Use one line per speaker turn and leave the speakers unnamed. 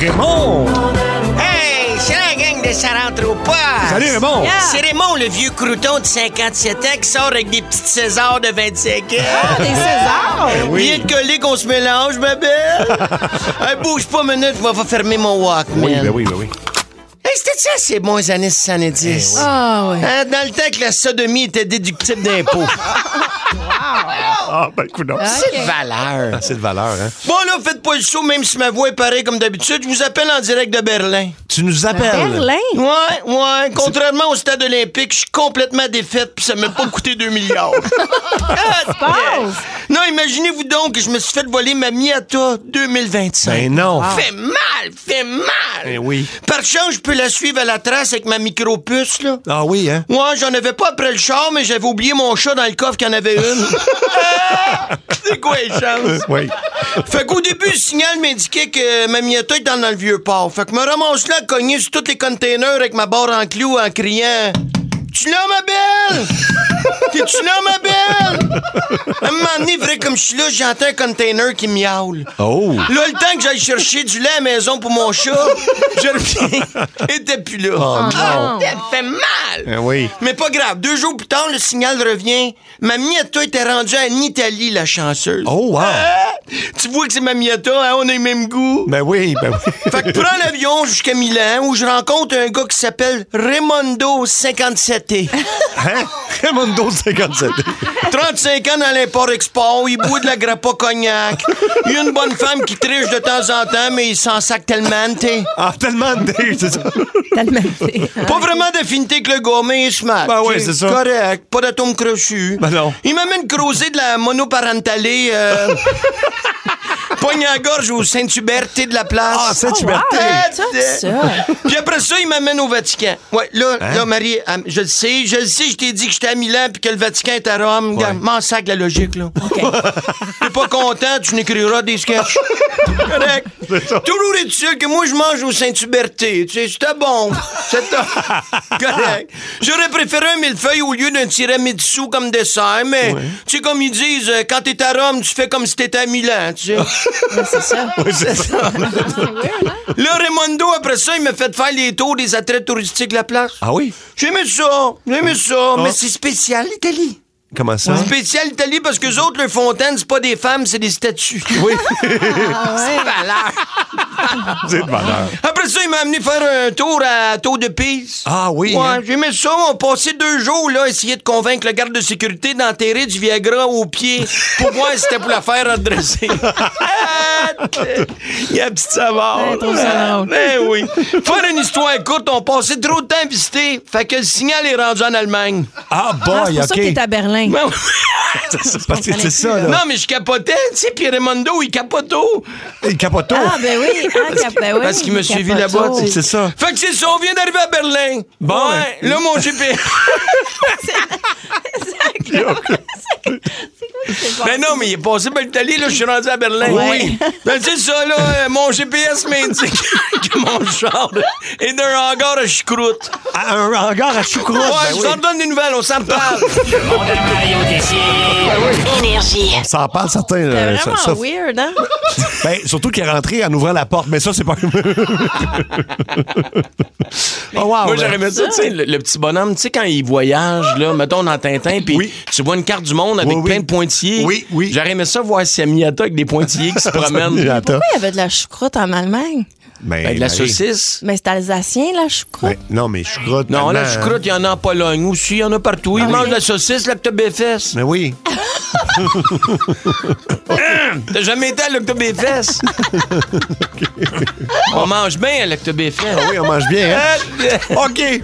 Raymond!
Hey, c'est la gang de Ça rentre au pas.
Salut Raymond!
Yeah.
C'est Raymond, le vieux crouton de 57 ans qui sort avec des petites Césars de 25 ans.
Ah, Des Césars!
Eh
Viens de coller qu'on se mélange, ma belle. hey, bouge pas une minute, je vais fermer mon Walkman.
Oui, ben oui, ben oui. Eh
Hey, C'était ça, ces bons années 70.
Ah ouais.
Hein, dans le temps que la sodomie était déductible d'impôts.
Ah, ben écoute, non.
C'est de valeur.
C'est de valeur, hein?
Bon, là, faites pas le show, même si ma voix est pareille comme d'habitude. Je vous appelle en direct de Berlin.
Tu nous appelles.
Berlin?
Ouais, ouais. Contrairement au stade olympique, je suis complètement défaite puis ça m'a pas coûté 2 milliards.
Ah,
passe?
non, imaginez-vous donc que je me suis fait voler ma Miata 2025.
Ben non.
Ah.
Fait mal, fait mal.
Ben oui.
Par chance, je peux la suivre à la trace avec ma micropuce, là.
Ah oui, hein?
Ouais, j'en avais pas après le char, mais j'avais oublié mon chat dans le coffre qu'il y en avait une. Ah! C'est quoi les chances?
Oui.
Fait qu'au début, le signal m'indiquait que ma miata est dans le vieux port. Fait que me ramasse là, cogné sur tous les containers avec ma barre en clou en criant Tu là, ma belle T'es-tu là, ma belle À un moment donné, vrai comme je suis là, j'entends un container qui miaule.
Oh!
Là, le temps que j'aille chercher du lait à la maison pour mon chat, je reviens. Il était plus là. Ah, ça fait mal!
Ben oui.
Mais pas grave, deux jours plus tard, le signal revient. Ma miata était rendue en Italie, la chanceuse.
Oh, wow!
Ah! Tu vois que c'est ma miata, hein, on a le même goût.
Ben oui, ben oui.
Fait que prends l'avion jusqu'à Milan où je rencontre un gars qui s'appelle Raimondo E. 57T.
Hein? Raimondo 57.
35 ans dans l'import-export, il boit de la grappa cognac. Il y a une bonne femme qui triche de temps en temps, mais il s'en sac tellement, t'sais.
Ah, tellement de dés, c'est ça?
T'as le même thé.
Pas vraiment d'affinité que le gars, mais il se marre.
Ben ouais,
T'sais,
c'est ça.
Correct, pas d'atome crochu.
Ben non.
Il m'amène creuser de la monoparentalée. Euh... Poigne à gorge au Saint-Hubert, thé de la place.
Ah,
Oh, wow.
Saint-Huberté.
Ça, ça.
Puis après ça, il m'amène au Vatican. Ouais, là,
Hein?
là, Marie, euh, je le sais, je le sais, je t'ai dit que j'étais à Milan puis que le Vatican est à Rome. Regarde, M'en sac la logique, là. T'es pas content, tu n'écriras des sketchs. Correct. Toujours est-il que moi, je mange au Saint-Huberté. Tu sais, c'était bon. C'était correct. J'aurais préféré un millefeuille au lieu d'un tiramisu comme dessert, mais tu sais, comme ils disent, euh, quand t'es à Rome, tu fais comme si t'étais à Milan, tu sais.
Oui, c'est ça.
Là, Raimondo, après ça, il m'a fait faire les tours des attraits touristiques de la place.
Ah oui?
J'aimais ça, j'aimais ça,
Ah.
mais c'est spécial, l'Italie.
Comment ça?
Spécial Italie parce que eux autres, le fontaine, c'est pas des femmes, c'est des statues.
Oui,
Valeur.
c'est de valeur.
Après ça, il m'a amené faire un tour à Tour de Pise.
Ah oui,
Ouais,
hein?
j'aimais ça. On passait deux jours, là, à essayer de convaincre le garde de sécurité d'enterrer du Viagra au pied pour voir si c'était pour la faire redresser. Ah, Il y a un petit savoir.
Ouais, trop ça drôle.
Ben oui. Faire une histoire courte, on passait trop de temps à visiter. Fait que le signal est rendu en Allemagne.
Ah,
Ah, c'est
boy,
pour ça que
OK.
t'es à Berlin.
Ben oui.
C'est parce que c'est ça, là.
Non, mais je capotais, tu sais, puis Raimondo, il capote haut.
Il capote tout.
Ah, ben oui. Ah, cap- ben oui.
parce qu'il m'a suivi
Capoteau.
là-bas, tu
C'est ça.
Fait que c'est ça, on vient d'arriver à Berlin.
Bon,
ouais, là, mon GPS. Ben non, mais il est passé par l'Italie, là, je suis rendu à Berlin.
Ouais.
Ben c'est ça, là, euh, mon GPS m'indique que mon char est d'un hangar à choucroute.
À un hangar à choucroute.
Ouais,
Ah, ben oui. Ah,
je vous en donne des nouvelles, on s'en parle.
Énergie.
Ça en parle certains.
C'est
euh,
vraiment
ça- ça-
weird, hein?
Ben, surtout qu'il est rentré en ouvrant la porte, mais ça, c'est pas. oh, wow.
Moi,
ben,
j'aurais aimé ça, tu sais, le, le petit bonhomme, tu sais, quand il voyage, là, mettons, dans Tintin, puis
Oui.
tu vois une carte du monde avec
Oui, oui.
plein de pointillés.
Oui, oui. Ah,
J'aurais aimé ça voir sa Miata avec des pointillés qui se promènent.
Attends.
Ben,
Pourquoi il y avait de la choucroute en Allemagne?
de la
Marie.
saucisse.
Mais c'est alsacien, la choucroute.
Ben, non, mais choucroute.
Non, la
maintenant,
choucroute, il y en a en Pologne aussi, il y en a partout. Ils
Ah,
oui.
mangent de la saucisse, l'Octobéfest.
hein. Ben oui.
T'as jamais été à l'Octobéfest? On mange bien à l'Octobéfest.
Oui, on mange bien. hein.
Ah,
OK.